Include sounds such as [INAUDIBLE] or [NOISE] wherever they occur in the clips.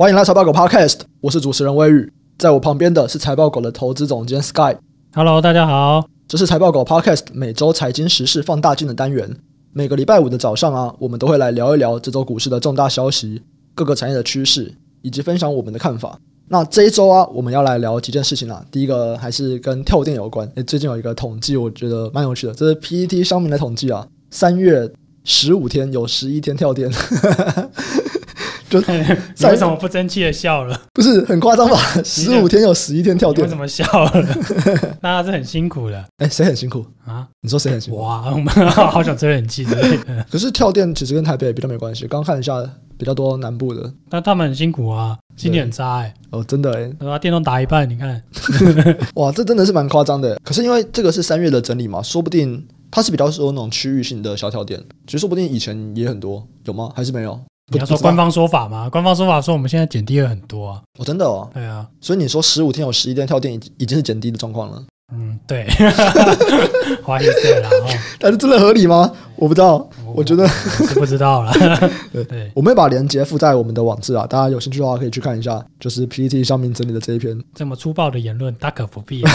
欢迎来财报狗 Podcast，我是主持人微雨，在我旁边的是财报狗的投资总监 Sky。 Hello，大家好。这是财报狗 Podcast 每周财经时事放大镜的单元。每个礼拜五的早上啊，我们都会来聊一聊这周股市的重大消息、各个产业的趋势，以及分享我们的看法。那这一周啊，我们要来聊几件事情啊。第一个还是跟跳电有关。诶最近有一个统计，我觉得蛮有趣的，这是 E PET 商民的统计啊，三月十五天有十一天跳电， [LAUGHS] [LAUGHS] 就你为什么不争气的笑了？不是很夸张 [LAUGHS] 吧？十五天有十一天跳你为电什，么笑 [LAUGHS] 了？大家是很辛苦的哎，谁很辛苦？啊！你说谁很辛苦？哇，我们好想吹冷气之类的。 [LAUGHS] 可是跳电其实跟台北比较没关系，刚看一下比较多南部的但他们很辛苦啊，心情很差哎、哦，真的哎，对吧？电动打一半，你看，哇，这真的是蛮夸张的欸。可是因为这个是三月的整理嘛，说不定它是比较说那种区域性的小跳电，其实说不定以前也很多，有吗？还是没有？不你要说不知道官方说法吗？官方说法说我们现在减低了很多啊。哦，真的哦。对啊，所以你说十五天有十一天跳电，已经已经是减低的状况了， [LAUGHS] 嗯，对， [LAUGHS] 怀疑对了哦。但是真的合理吗？我不知道，我觉得 [LAUGHS] 我是不知道了。对，我们会把链接附在我们的网志啊，大家有兴趣的话可以去看一下，就是 PPT 上面整理的这一篇。这么粗暴的言论大可不必、啊。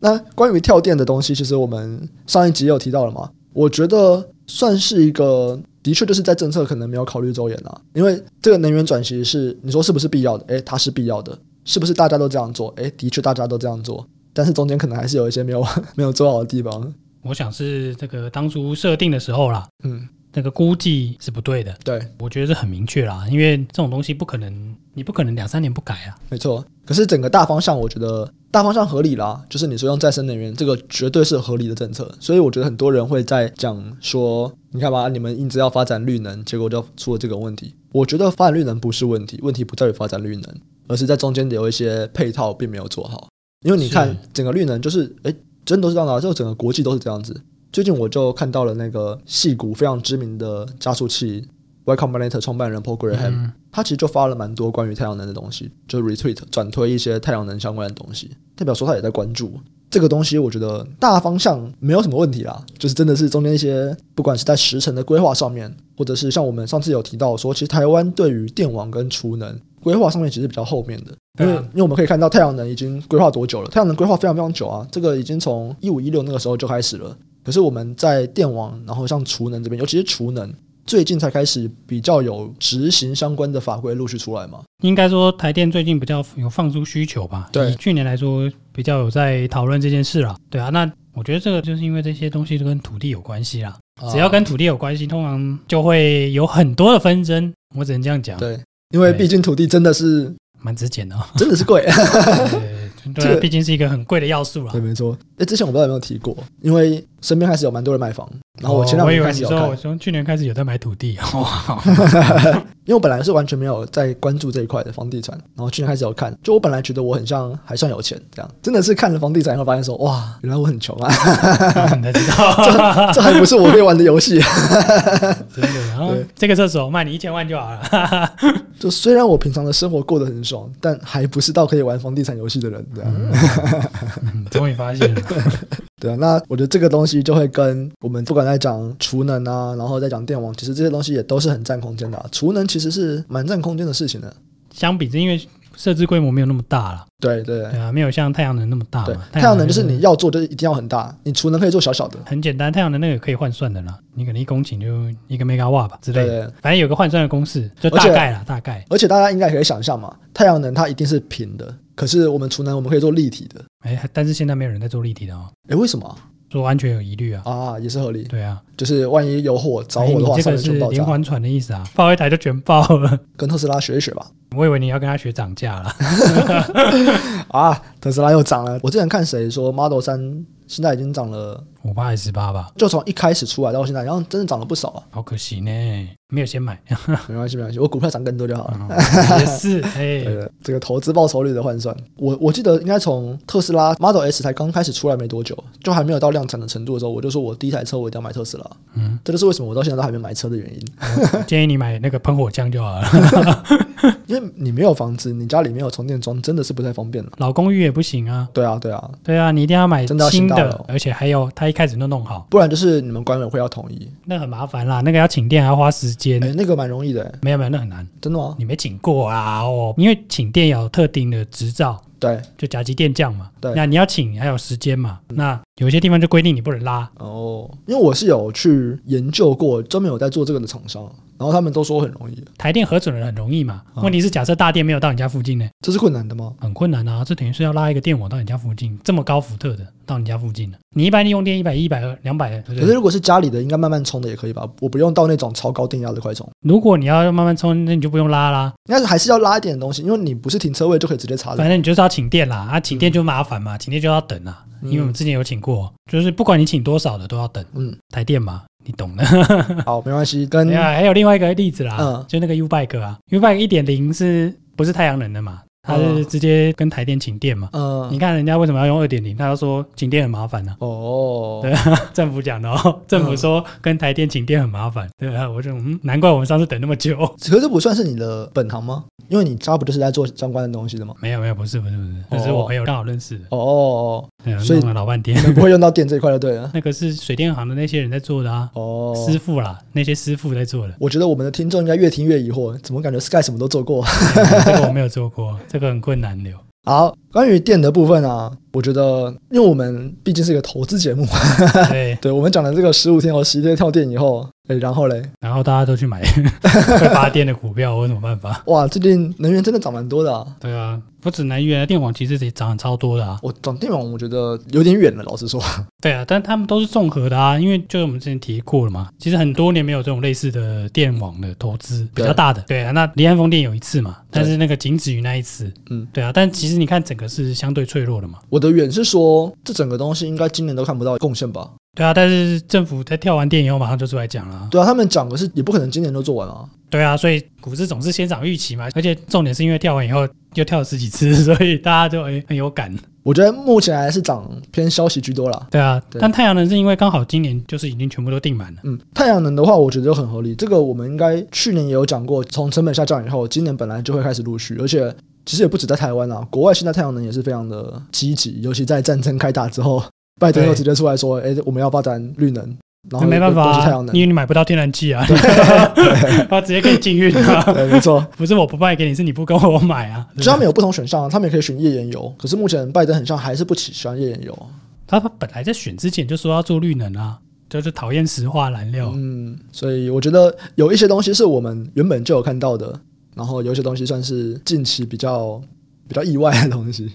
那关于跳电的东西，其实我们上一集有提到了嘛，我觉得算是一个，的确就是在政策可能没有考虑周延啊，因为这个能源转型是你说是不是必要的？诶，它是必要的，是不是大家都这样做？诶，的确大家都这样做，但是中间可能还是有一些没有 [LAUGHS] 没有做好的地方。我想是这个当初设定的时候啦，嗯，那个估计是不对的。对，我觉得是很明确啦，因为这种东西不可能，你不可能两三年不改啊。没错。可是整个大方向，我觉得大方向合理啦，就是你说用再生能源这个绝对是合理的政策，所以我觉得很多人会在讲说，你看吧，你们一直要发展绿能，结果就出了这个问题。我觉得发展绿能不是问题，问题不在于发展绿能，而是在中间有一些配套并没有做好。因为你看是整个绿能就是，诶，真都是这样的啊、就整个国际都是这样子。最近我就看到了那个戏骨非常知名的加速器 Y Combinator 创办人 Paul Graham，、嗯他其实就发了蛮多关于太阳能的东西，就 retweet 转推一些太阳能相关的东西，代表说他也在关注这个东西。我觉得大方向没有什么问题啦，就是真的是中间一些不管是在时程的规划上面，或者是像我们上次有提到说，其实台湾对于电网跟储能规划上面其实比较后面的。因为对啊因为我们可以看到太阳能已经规划多久了？太阳能规划非常非常久啊，这个已经从一五一六那个时候就开始了。可是我们在电网，然后像储能这边，尤其是储能，最近才开始比较有执行相关的法规陆续出来嘛。应该说台电最近比较有放出需求吧，对以去年来说比较有在讨论这件事啦。对啊，那我觉得这个就是因为这些东西都跟土地有关系啦，啊只要跟土地有关系，通常就会有很多的纷争。我只能这样讲，对，因为对毕竟土地真的是蛮直简的、 [LAUGHS] 哦。真的是 [LAUGHS] 贵。对这对个啊，毕竟是一个很贵的要素啦对，。没错。哎，之前我不知道有没有提过，因为身边开始有蛮多人买房，然后我前哦两我以年为开始你有说看我，从去年开始有在买土地，哦 [LAUGHS] 哇，因为我本来是完全没有在关注这一块的房地产，然后去年开始有看，就我本来觉得我很像还算有钱这样，真的是看了房地产以后发现说，哇，原来我很穷 [LAUGHS] 啊，你才知道，这还不是我可以玩的游戏。真的。然后对这个厕所卖你一千万就好了。就虽然我平常的生活过得很爽，但还不是到可以玩房地产游戏的人这样。嗯终于发现了， [LAUGHS] 对啊，那我觉得这个东西就会跟我们不管在讲储能啊，然后再讲电网，其实这些东西也都是很占空间的、啊。储能其实是蛮占空间的事情的。相比之，因为设置规模没有那么大了，对对对啊，没有像太阳能那么大对嘛。，太阳能就是你要做就一定要很大，你储能可以做小小的。很简单，太阳能那个可以换算的啦，你可能一公顷就一个 mega watt 吧之对类的，对，对反正有个换算的公式，就而大且概啦，大概。而且大家应该可以想象嘛，太阳能它一定是平的，可是我们储能我们可以做立体的。哎，但是现在没有人在做立体的哦，诶，为什么啊做安全有疑虑啊。啊？也是合理，对啊，就是万一有火着哎火的话，你这上个面是全部爆连炸。环船的意思啊，爆一台就全爆了。 [LAUGHS] 跟特斯拉学一学吧。我以为你要跟他学涨价了，啊，特斯拉又涨了。我之前看谁说 Model 三现在已经涨了，五八还是十八吧，就从一开始出来到现在，然后真的涨了不少啊。好可惜呢，没有先买。 [LAUGHS] 没关系，没关系，我股票涨更多就好了。也是，哎，对，这个投资报酬率的换算，我我记得应该从特斯拉 Model S 才刚开始出来没多久，就还没有到量产的程度的时候，我就说我第一台车我一定要买特斯拉。嗯，这就是为什么我到现在都还没买车的原因。建议你买那个喷火枪就好了。 [LAUGHS] [LAUGHS] 因为你没有房子，你家里没有充电桩，真的是不太方便了。老公寓也不行啊。对啊，对啊，对啊，你一定要买真的要新新大的楼，而且还有他一开始都弄好，不然就是你们管委会要同意。那很麻烦啦，那个要请店还要花时间。哎、那个蛮容易的、欸，没有没有，那很难，真的吗？你没请过啊哦，因为请店有特定的执照，对，就甲级电匠嘛。对嗯那你要请还有时间嘛？那有些地方就规定你不能拉，哦，因为我是有去研究过，专门有在做这个的厂商，然后他们都说很容易，台电核准了很容易嘛。啊问题是假设大电没有到你家附近呢，这是困难的吗？很困难啊。这等于是要拉一个电网到你家附近，这么高伏特的到你家附近了。你一般利用电一百一、一百二、两百，可对不是对？如果是家里的，应该慢慢充的也可以吧？我不用到那种超高电压的快充，如果你要慢慢充，那你就不用拉啦，但是还是要拉一点的东西，因为你不是停车位就可以直接插的。嗯反正你就是要请电啦。啊，请电就麻烦嘛，请电就要等啊。因为我们之前有请过，就是不管你请多少的都要等嗯，台电嘛，你懂的。好，没关系，跟没有啊，还有另外一个例子啦，嗯就那个 U Bike 啊，U Bike 一点零是不是太阳能的嘛？它是嗯直接跟台电请电嘛？嗯你，看人家为什么要用二点零？他就说请电很麻烦 [LAUGHS] 呢、哦，对政府讲的哦，政府说嗯跟台电请电很麻烦。对啊，我就嗯，难怪我们上次等那 [LAUGHS] 么久。可是这不算是你的本行吗？因为你家不就是在做相关的东西的吗？没有没有，不是不是不是，那是我朋友刚好认识 [LAUGHS] 的，哦，对啊所以弄了老半天。不会用到电这一块就对了。那个是水电行的那些人在做的啊，哦，，师傅啦，那些师傅在做的 [LAUGHS] 我觉得我们的听众应该越听越疑惑，怎么感觉 Sky 什么都做过？ [LAUGHS] 这个我没有做过，这个很困难的哦。好，关于电的部分啊，我觉得，因为我们毕竟是一个投资节目，对， [LAUGHS] 对我们讲了这个十五天和十一天跳电以后，哎，然后嘞，然后大家都去买 [LAUGHS] 会发电的股票，我有什么办法？哇，最近能源真的涨蛮多的啊。对啊，不止能源，电网其实也涨很超多的啊。我涨电网，我觉得有点远了，老实说。 [LAUGHS] 对啊，但他们都是综合的啊，因为就是我们之前提过了嘛，其实很多年没有这种类似的电网的投资比较大的。对啊，那离岸风电有一次嘛，但是那个仅止于那一次。嗯，对啊，但其实你看整个是相对脆弱的嘛。我的远是说，这整个东西应该今年都看不到贡献吧？对啊，但是政府在跳完电以后，马上就出来讲了啊。对啊，他们讲的是也不可能今年就做完啊。对啊，所以股市总是先涨预期嘛，而且重点是因为跳完以后又跳了十几次， [LAUGHS] 所以大家就哎、很有感。我觉得目前还是涨偏消息居多啦。对啊，对但太阳能是因为刚好今年就是已经全部都订满了。嗯，太阳能的话，我觉得就很合理。这个我们应该去年也有讲过，从成本下降以后，今年本来就会开始陆续，而且其实也不止在台湾啊啦，国外现在太阳能也是非常的积极，尤其在战争开打之后，拜登又对直接出来说，哎，我们要发展绿能，然后那没办法、又都是太啊阳，能因，为你买不到天然气啊， [LAUGHS] 他直接给你禁运 [LAUGHS] 啊。 [LAUGHS] 对，没错。不是我不卖给你，是你不跟我买啊。就他们有不同选项啊，他们也可以选页岩油，可是目前拜登很像还是不喜欢页岩哦油。他本来在选之前就说要做绿能啊，就是讨厌石化燃料。嗯，所以我觉得有一些东西是我们原本就有看到的，然后有一些东西算是近期比较比较意外的东西。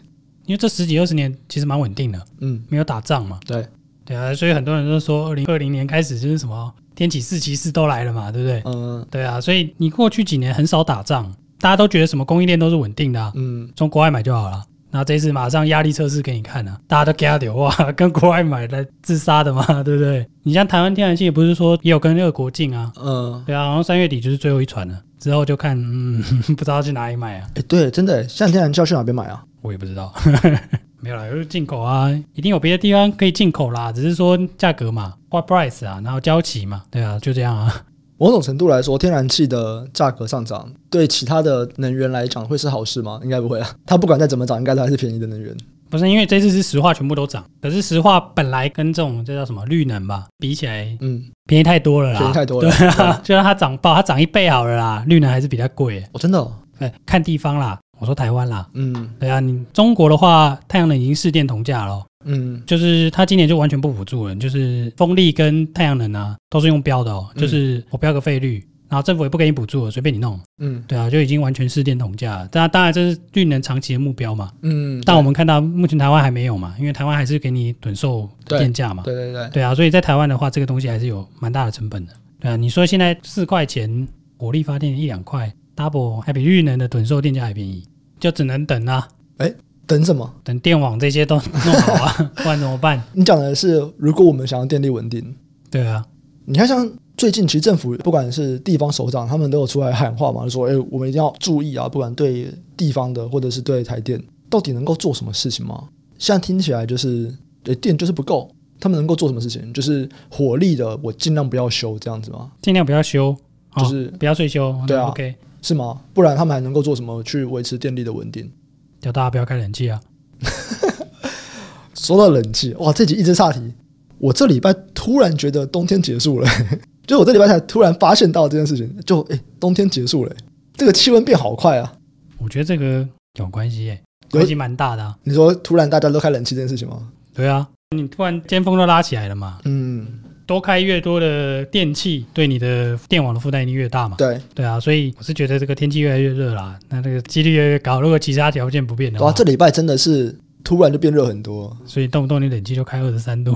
因为这十几二十年其实蛮稳定的，嗯，没有打仗嘛。对对啊，所以很多人都说二零二零年开始就是什么天启四骑士都来了嘛，对不对？嗯对啊，所以你过去几年很少打仗，大家都觉得什么供应链都是稳定的啊，嗯，从国外买就好了。那这一次马上压力测试给你看啊，大家都 get 掉哇，跟国外买来自杀的嘛， [LAUGHS] 对不对？你像台湾天然气也不是说也有跟俄国进啊，嗯，对啊，然后三月底就是最后一船了，之后就看 [LAUGHS] 嗯不知道去哪里买啊，哎，对，真的，现在天然气要去哪边买啊？我也不知道， [LAUGHS] 没有啦，就是进口啊，一定有别的地方可以进口啦，只是说价格嘛，花 price 啊，然后交期嘛，对啊，就这样啊，某种程度来说，天然气的价格上涨对其他的能源来讲会是好事吗？应该不会啊，它不管再怎么涨，应该都还是便宜的能源。不是因为这次是石化全部都涨，可是石化本来跟这种这叫什么绿能吧比起来嗯，便宜太多了啦，便宜太多了对啊，就让它涨爆，它涨一倍好了啦，绿能还是比较贵，哦，真的哦，哎，看地方啦，我说台湾啦。嗯对啊，你中国的话，太阳能已经试电同价了哦，嗯就是它今年就完全不补助了，就是风力跟太阳能啊都是用标的哦，嗯就是我标个费率，然后政府也不给你补助了，随便你弄。嗯对啊，就已经完全试电同价了。当然，当然这是绿能长期的目标嘛。嗯，但我们看到目前台湾还没有嘛，因为台湾还是给你趸售的电价嘛。对对对，对啊，所以在台湾的话，这个东西还是有蛮大的成本的。对啊，你说现在四块钱火力发电一两块，double 还比绿能的趸售电价还便宜，就只能等啊，等什么？等电网这些都弄好 [LAUGHS] 啊，不然怎么办？你讲的是，如果我们想要电力稳定，对啊，你看，像最近其实政府不管是地方首长，他们都有出来喊话嘛，就说：“哎、我们一定要注意啊，不管对地方的或者是对台电，到底能够做什么事情吗？”现在听起来就是，对电就是不够，他们能够做什么事情？就是火力的，我尽量不要修这样子嘛。尽量不要修，哦就是不要税修。哦对啊，OK，是吗？不然他们还能够做什么去维持电力的稳定？叫大家不要开冷气啊。说到冷气，哇，这集一直岔题。我这礼拜突然觉得冬天结束了， [LAUGHS] 就我这礼拜才突然发现到这件事情，就诶，冬天结束了，这个气温变好快啊！我觉得这个有关系耶、有关系蛮大的、啊。你说突然大家都开冷气这件事情吗？对啊，你突然尖峰都拉起来了嘛，嗯，多开越多的电器，对你的电网的负担一定越大嘛。对，对啊，所以我是觉得这个天气越来越热啦，那这个几率越来越高。如果其他条件不变的话哇，，这礼拜真的是突然就变热很多，所以动不动你冷气就开二十三度，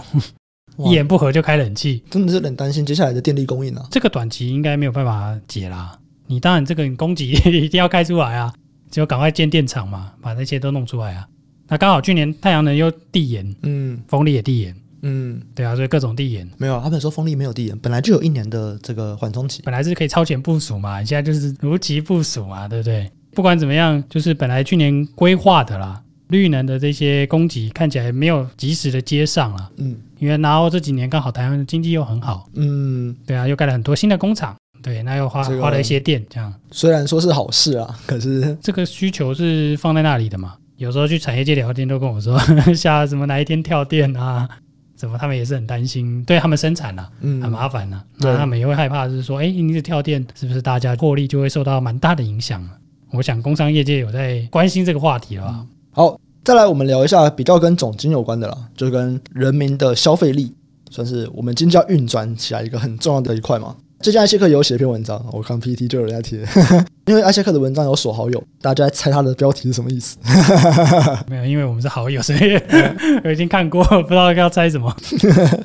哇一言不合就开冷气，真的是很担心接下来的电力供应啊。这个短期应该没有办法解啦。你当然这个你供给一定要开出来啊，就赶快建电厂嘛，把那些都弄出来啊。那刚好去年太阳能又递延，嗯风力也递延，嗯，对啊，所以各种递延。没有，他们说风力没有递延，本来就有一年的这个缓冲期。本来是可以超前部署嘛，你现在就是如期部署嘛，对不对？不管怎么样，就是本来去年规划的啦，绿能的这些供给看起来没有及时的接上啦，嗯因为然后这几年刚好台湾的经济又很好，嗯，对啊，又盖了很多新的工厂，对，那又花这个花了一些电，这样虽然说是好事啊，可是这个需求是放在那里的嘛。有时候去产业界聊天都跟我说， [LAUGHS] 下什么哪一天跳电啊，什么他们也是很担心，对他们生产啊，嗯很麻烦呐、对那他们也会害怕，就是说，哎、你一直跳电，是不是大家获利就会受到蛮大的影响啊？我想工商业界有在关心这个话题了吧？好，再来我们聊一下比较跟总金有关的啦，就是跟人民的消费力，算是我们经济要运转起来一个很重要的一块嘛。最近艾谢克有写一篇文章，我看 PT 就有人在贴， [LAUGHS] 因为艾谢克的文章有锁好友，大家在猜他的标题是什么意思。嗯 [LAUGHS] 没有，因为我们是好友，所以 [LAUGHS] 我已经看过，不知道要猜什么。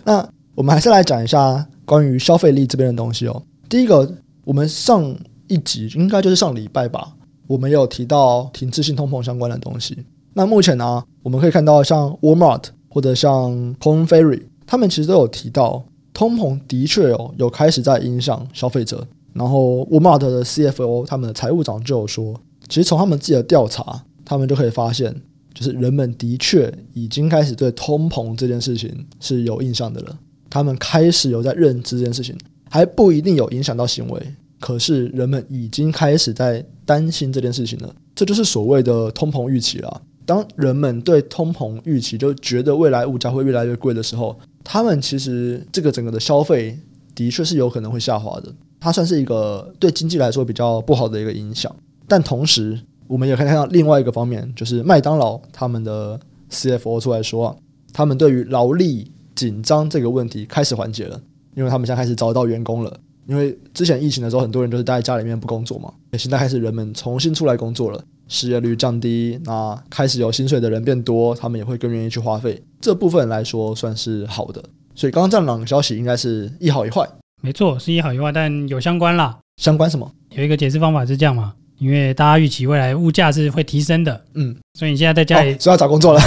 那我们还是来讲一下关于消费力这边的东西哦。第一个，我们上一集应该就是上礼拜吧，我们有提到停滞性通膨相关的东西。那目前呢、啊我们可以看到像 Walmart 或者像 Home Ferry，他们其实都有提到通膨的确有有开始在影响消费者。然后 Walmart 的 CFO 他们的财务长就有说，其实从他们自己的调查，他们就可以发现，就是人们的确已经开始对通膨这件事情是有印象的了，他们开始有在认知这件事情，还不一定有影响到行为，可是人们已经开始在担心这件事情了，这就是所谓的通膨预期啦。当人们对通膨预期就觉得未来物价会越来越贵的时候，他们其实这个整个的消费的确是有可能会下滑的，它算是一个对经济来说比较不好的一个影响。但同时，我们也可以看到另外一个方面，就是麦当劳他们的 CFO 出来说、啊，他们对于劳力紧张这个问题开始缓解了，因为他们现在开始找到员工了。因为之前疫情的时候，很多人就是待在家里面不工作嘛，现在开始人们重新出来工作了，失业率降低，那开始有薪水的人变多，他们也会更愿意去花费，这部分来说算是好的。所以刚刚这两个消息应该是一好一坏，没错，是一好一坏，但有相关啦。相关什么？有一个解释方法是这样嘛，因为大家预期未来物价是会提升的，嗯，所以你现在在家里哦、所以要找工作了。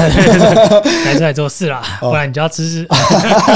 该出来做事啦，哦 [LAUGHS] 不然你就要吃，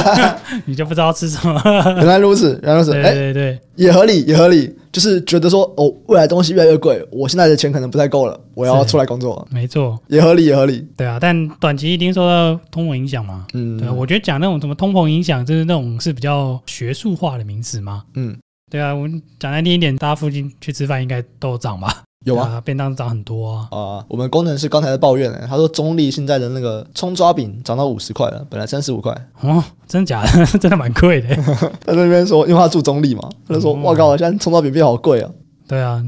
[LAUGHS] 你就不知道吃什么。原来如此，原来如此。对哎、对对，也合理，也合理，就是觉得说，哦，未来东西越来越贵，我现在的钱可能不太够了，我要是出来工作，没错，也合理，也合理。对啊，但短期一定受到通膨影响嘛。嗯，对啊，我觉得讲那种什么通膨影响，就是那种是比较学术化的名词嘛。嗯对啊，我讲难听一点，大家附近去吃饭应该都有涨吧？有啊对啊，便当涨很多啊。啊、我们工程师刚才在抱怨呢、他说中立现在的那个葱抓饼涨到五十块了，本来三十五块，哦，真的假的？ [LAUGHS] 真的蛮贵的。他在那边说，因为他住中立嘛，他就说，嗯哇靠，现在葱抓饼变好贵啊。对啊，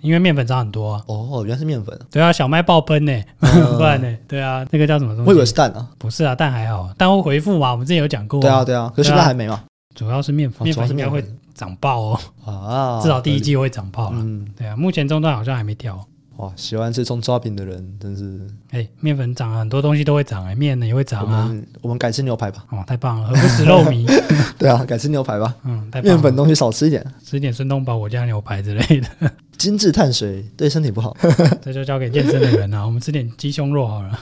因为面粉涨很多啊。哦，原来是面粉，对啊，小麦爆喷呢、嗯 [LAUGHS] 不然呢、对啊，那个叫什么东西？我以为是蛋啊。不是啊，但还好，但会回复嘛。我们之前有讲过、对啊，，对啊，可是现在对啊还没嘛。主要是面粉，哦面主要粉是应该面会粉涨爆哦，啊，至少第一季会涨爆合了。理。嗯，对啊，目前终端好像还没掉。哇，喜欢吃葱抓饼的人真是，哎、面粉涨啊，很多东西都会涨哎、面呢也会涨我啊。们我们改吃牛排 [LAUGHS] 吧。哦，太棒了，何不食肉糜？ [LAUGHS] 对啊，改吃牛排吧，嗯，太棒了。面粉东西少吃一点。吃点孙东宝、我家牛排之类 [LAUGHS] 的，精致碳水对身体不好。这就交给健身的人了。我们吃点鸡胸肉好了。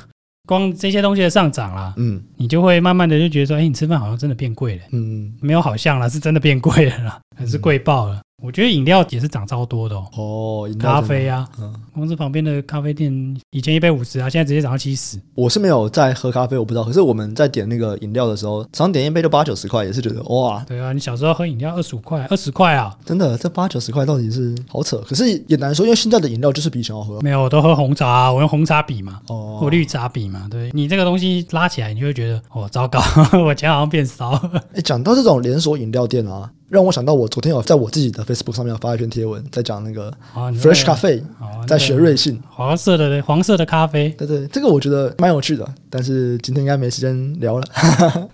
光这些东西的上涨啦，嗯你就会慢慢的就觉得说，哎、你吃饭好像真的变贵了，嗯，没有好像啦，是真的变贵了啦，还是贵爆了。我觉得饮料也是涨超多的哦，哦，饮料咖真的啡啊，嗯，公司旁边的咖啡店以前一杯五十啊，现在直接涨到七十。我是没有在喝咖啡，我不知道。可是我们在点那个饮料的时候，常点一杯都八九十块，也是觉得哇，对啊，你小时候喝饮料二十五块、二十块啊，真的这八九十块到底是好扯。可是也难说，因为现在的饮料就是比以前好喝。没有，我都喝红茶、啊，我用红茶比嘛，哦或，绿茶比嘛。对你这个东西拉起来，你就会觉得哦，糟糕， [LAUGHS] 我钱好像变 [LAUGHS] 少。哎，讲到这种连锁饮料店啊，让我想到我昨天有在我自己的 Facebook 上面有发一篇贴文，在讲那个哦，你 Fresh Cafe 哦在学瑞幸。黄色的黄色的咖啡，对对，这个我觉得蛮有趣的，但是今天应该没时间聊了。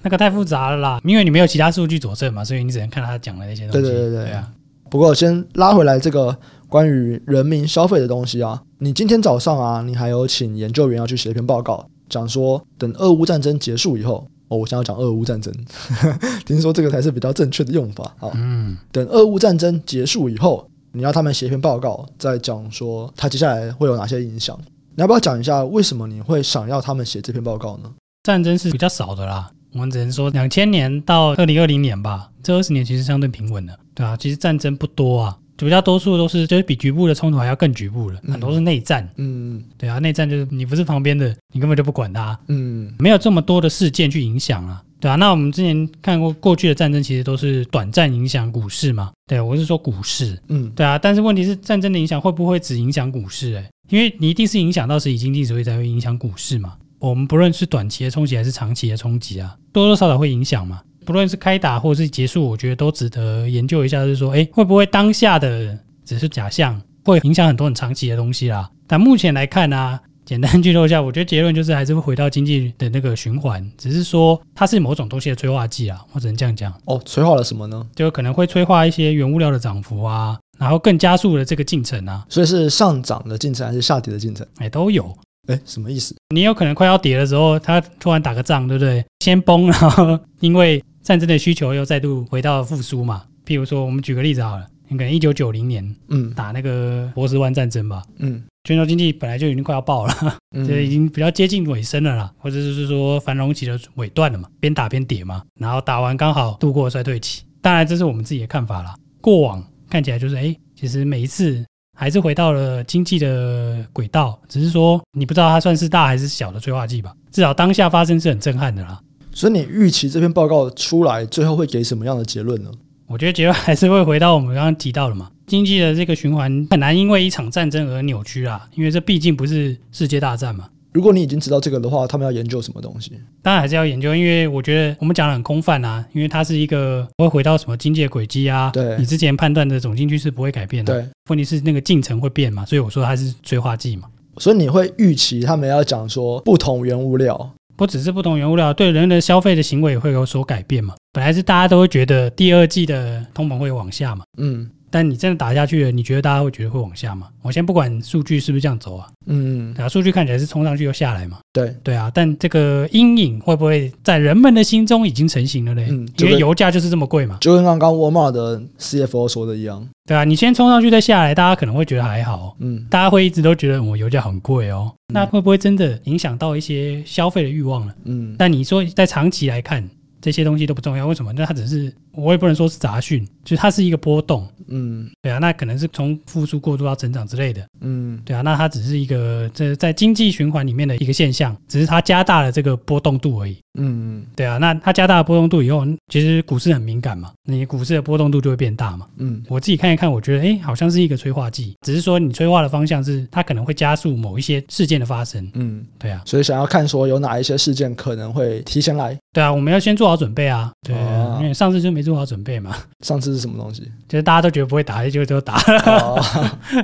那个太复杂了啦，因为你没有其他数据佐证嘛，所以你只能看他讲的那些东西。对对对对啊，不过先拉回来这个关于人民消费的东西啊，你今天早上啊，你还有请研究员要去写一篇报告，讲说等俄乌战争结束以后，哦，我想要讲俄乌战争， [LAUGHS] 听说这个才是比较正确的用法啊。嗯，等俄乌战争结束以后，你要他们写一篇报告，再讲说它接下来会有哪些影响。你要不要讲一下为什么你会想要他们写这篇报告呢？战争是比较少的啦。我们只能说，两千年到二零二零年吧，这二十年其实相对平稳的，对啊，其实战争不多啊，比较多数都是就是比局部的冲突还要更局部了，嗯很多是内战，嗯对啊，内战就是你不是旁边的，你根本就不管它，嗯没有这么多的事件去影响啊，对啊。那我们之前看过过去的战争，其实都是短暂影响股市嘛，对我是说股市，嗯，对啊。但是问题是，战争的影响会不会只影响股市、欸？因为你一定是影响到实体经济，所以才会影响股市嘛。我们不论是短期的冲击还是长期的冲击啊，多多少少会影响嘛。不论是开打或者是结束，我觉得都值得研究一下，就是说，诶，会不会当下的只是假象，会影响很多很长期的东西啦。但目前来看呢、啊简单剧透一下，我觉得结论就是还是会回到经济的那个循环，只是说它是某种东西的催化剂啊，我只能这样讲。哦，催化了什么呢？就可能会催化一些原物料的涨幅啊，然后更加速了这个进程啊，所以是上涨的进程还是下跌的进程？哎，都有。哎，什么意思？你有可能快要跌的时候，它突然打个仗，对不对？先崩，然后因为战争的需求又再度回到复苏嘛。譬如说，我们举个例子好了，你可能一九九零年嗯打那个波斯湾战争吧，嗯全球经济本来就已经快要爆了，嗯，这已经比较接近尾声了啦，或者是说繁荣期的尾段了嘛，边打边跌嘛，然后打完刚好度过衰退期。当然，这是我们自己的看法啦。过往看起来就是，哎，其实每一次还是回到了经济的轨道，只是说你不知道它算是大还是小的催化剂吧。至少当下发生是很震撼的啦。所以你预期这篇报告出来，最后会给什么样的结论呢？我觉得结论还是会回到我们刚刚提到的嘛，经济的这个循环很难因为一场战争而扭曲啦，因为这毕竟不是世界大战嘛。如果你已经知道这个的话，他们要研究什么东西？当然还是要研究，因为我觉得我们讲的很空泛啊，因为它是一个不会回到什么经济的轨迹啊，对你之前判断的总经趋势不会改变的、对，问题是那个进程会变嘛，所以我说它是催化剂嘛，所以你会预期他们要讲说不同原物料，不只是不同原物料，对人的消费的行为也会有所改变嘛。本来是大家都会觉得第二季的通膨会往下嘛，嗯但你真的打下去了，你觉得大家会觉得会往下吗？我先不管数据是不是这样走啊，嗯，对啊，数据看起来是冲上去又下来嘛，对，对啊，但这个阴影会不会在人们的心中已经成型了嘞？嗯这因个为油价就是这么贵嘛。就跟刚刚沃尔玛的 CFO 说的一样，对啊，你先冲上去再下来，大家可能会觉得还好，嗯，大家会一直都觉得我油价很贵哦。那会不会真的影响到一些消费的欲望呢？嗯，但你说在长期来看，这些东西都不重要，为什么？那它只是我也不能说是杂讯，就是它是一个波动。嗯，对啊，那可能是从复苏过渡到成长之类的。嗯，对啊，那它只是一个这在经济循环里面的一个现象，只是它加大了这个波动度而已。嗯，对啊，那它加大了波动度以后，其实股市很敏感嘛，你股市的波动度就会变大嘛。嗯，我自己看一看，我觉得诶，好像是一个催化剂，只是说你催化的方向是它可能会加速某一些事件的发生。嗯，对啊，所以想要看说有哪一些事件可能会提前来。对啊，我们要先做好准备啊。对啊哦因为上次就没做好准备嘛， [LAUGHS] 上次是什么东西？ [LAUGHS] 就是大家都觉得不会打，就都打， [LAUGHS] 哦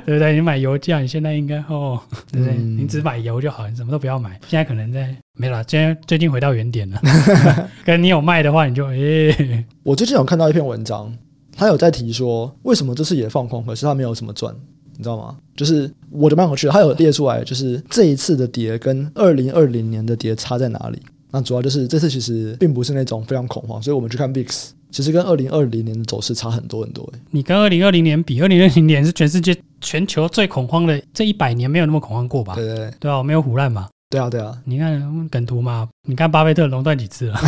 对不对？你买油价，你现在应该哦，对不对？嗯你只买油就好，你什么都不要买。现在可能在没了，现在最近回到原点 [LAUGHS] 了。可能你有卖的话，你就诶、我最近有看到一篇文章，他有在提说，为什么这次也放空，可是他没有什么赚，你知道吗？就是我觉得蛮有趣的，他有列出来，就是这一次的跌跟二零二零年的跌差在哪里。那主要就是这次其实并不是那种非常恐慌，所以我们去看 VIX，其实跟二零二零年的走势差很多很多、欸。你跟二零二零年比，二零二零年是全世界全球最恐慌的，这一百年没有那么恐慌过吧？对对对，对啊，我没有胡乱嘛。对啊对啊，你看梗图嘛，你看巴菲特垄断几 [LAUGHS] 次了？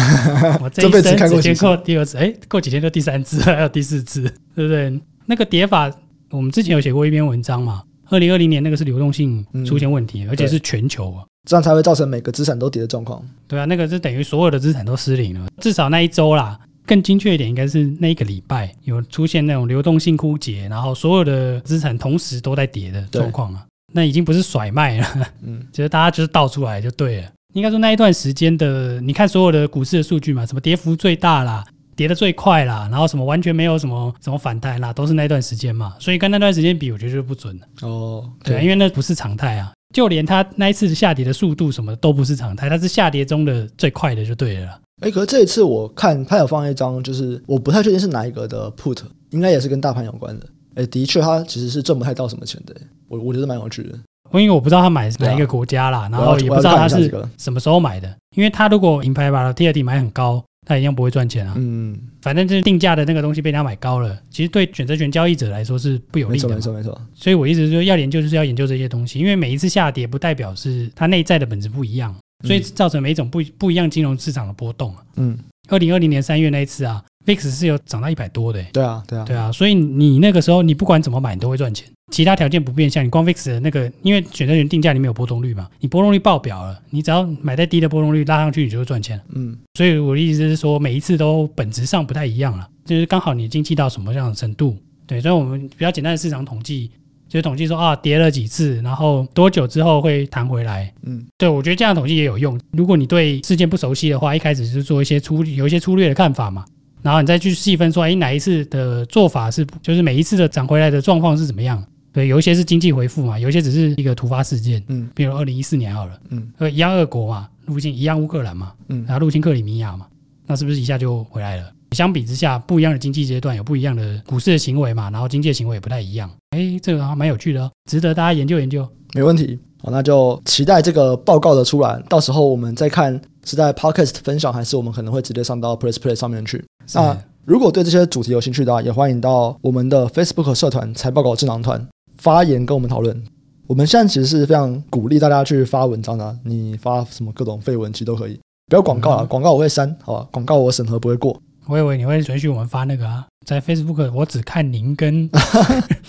我这这一辈子看生过只几见次 [LAUGHS] 过第二次，哎，过几天就第三次，还有第四次，对不对？那个跌法，我们之前有写过一篇文章嘛，二零二零年那个是流动性嗯出现问题，而且是全球啊。这样才会造成每个资产都跌的状况。对啊，那个是等于所有的资产都失灵了，至少那一周啦。更精确一点，应该是那一个礼拜有出现那种流动性枯竭，然后所有的资产同时都在跌的状况啊。那已经不是甩卖了，嗯，就是大家就是倒出来就对了。应该说那一段时间的，你看所有的股市的数据嘛，什么跌幅最大啦，跌得最快啦，然后什么完全没有什么什么反弹啦，都是那段时间嘛。所以跟那段时间比，我觉得就不准了。哦，对啊，因为那不是常态啊。就连它那一次下跌的速度什么都不是常态，它是下跌中的最快的就对了啦。哎，可是这一次我看他有放一张，就是我不太确定是哪一个的 put，应该也是跟大盘有关的。哎，的确，他其实是挣不太到什么钱的。我我觉得蛮有趣的。因为我不知道他买哪一对个啊国家啦，然我要后我也不要知道看他一下这是个，什么时候买的，因为他如果银牌把 T 二 D 买很高，他一样不会赚钱啊。嗯，反正就是定价的那个东西被他买高了，其实对选择权交易者来说是不有啊没利错的没嘛。错没错。所以我一直说要研究就是要研究这些东西，因为每一次下跌不代表是它内在的本质不一样，所以嗯造成每一种不不一样金融市场的波动啊。嗯，二零二零年三月那一次啊，VIX 是有涨到一百多的欸、对啊对啊，对啊，所以你那个时候你不管怎么买，你都会赚钱。其他条件不变相，你光 VIX 的那个，因为选择权定价里面有波动率嘛，你波动率爆表了，你只要买在低的波动率拉上去，你就会赚钱。嗯所以我的意思是说，每一次都本质上不太一样了，就是刚好你经济到什么样的程度。对，所以我们比较简单的市场统计，就是统计说啊，跌了几次，然后多久之后会弹回来。嗯对，我觉得这样的统计也有用。如果你对事件不熟悉的话，一开始就做一些粗有一些粗略的看法嘛，然后你再去细分说，哎，哪一次的做法是就是每一次的涨回来的状况是怎么样？对，有一些是经济回复嘛，有一些只是一个突发事件，嗯比如二零一四年好了，嗯呃，一样俄国嘛，入侵一样乌克兰嘛，嗯然后入侵克里米亚嘛，那是不是一下就回来了？相比之下，不一样的经济阶段有不一样的股市的行为嘛，然后经济的行为也不太一样。哎，这个还蛮有趣的、哦，值得大家研究研究。没问题。好，那就期待这个报告的出来，到时候我们再看是在 podcast 分享，还是我们可能会直接上到 Press Play 上面去。是那如果对这些主题有兴趣的话，也欢迎到我们的 Facebook 社团“财报狗智囊团”发言跟我们讨论。我们现在其实是非常鼓励大家去发文章的啊、你发什么各种废文其实都可以，不要广告啊，嗯广告我会删，好吧？广告我审核不会过，我以为你会允许我们发那个啊，在 Facebook 我只看您跟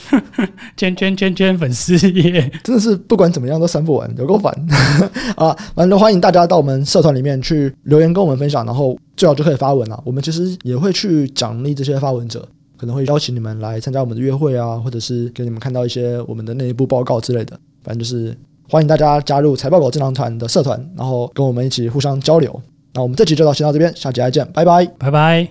[LAUGHS] 圈圈圈圈粉丝页。真的是不管怎么样都删不完，有够烦 [LAUGHS] 啊！反正欢迎大家到我们社团里面去留言跟我们分享，然后最好就可以发文啊了。我们其实也会去奖励这些发文者，可能会邀请你们来参加我们的约会啊，或者是给你们看到一些我们的内部报告之类的。反正就是欢迎大家加入财报狗智囊团的社团，然后跟我们一起互相交流。那我们这期就到先到这边，下期再见，拜拜。拜拜。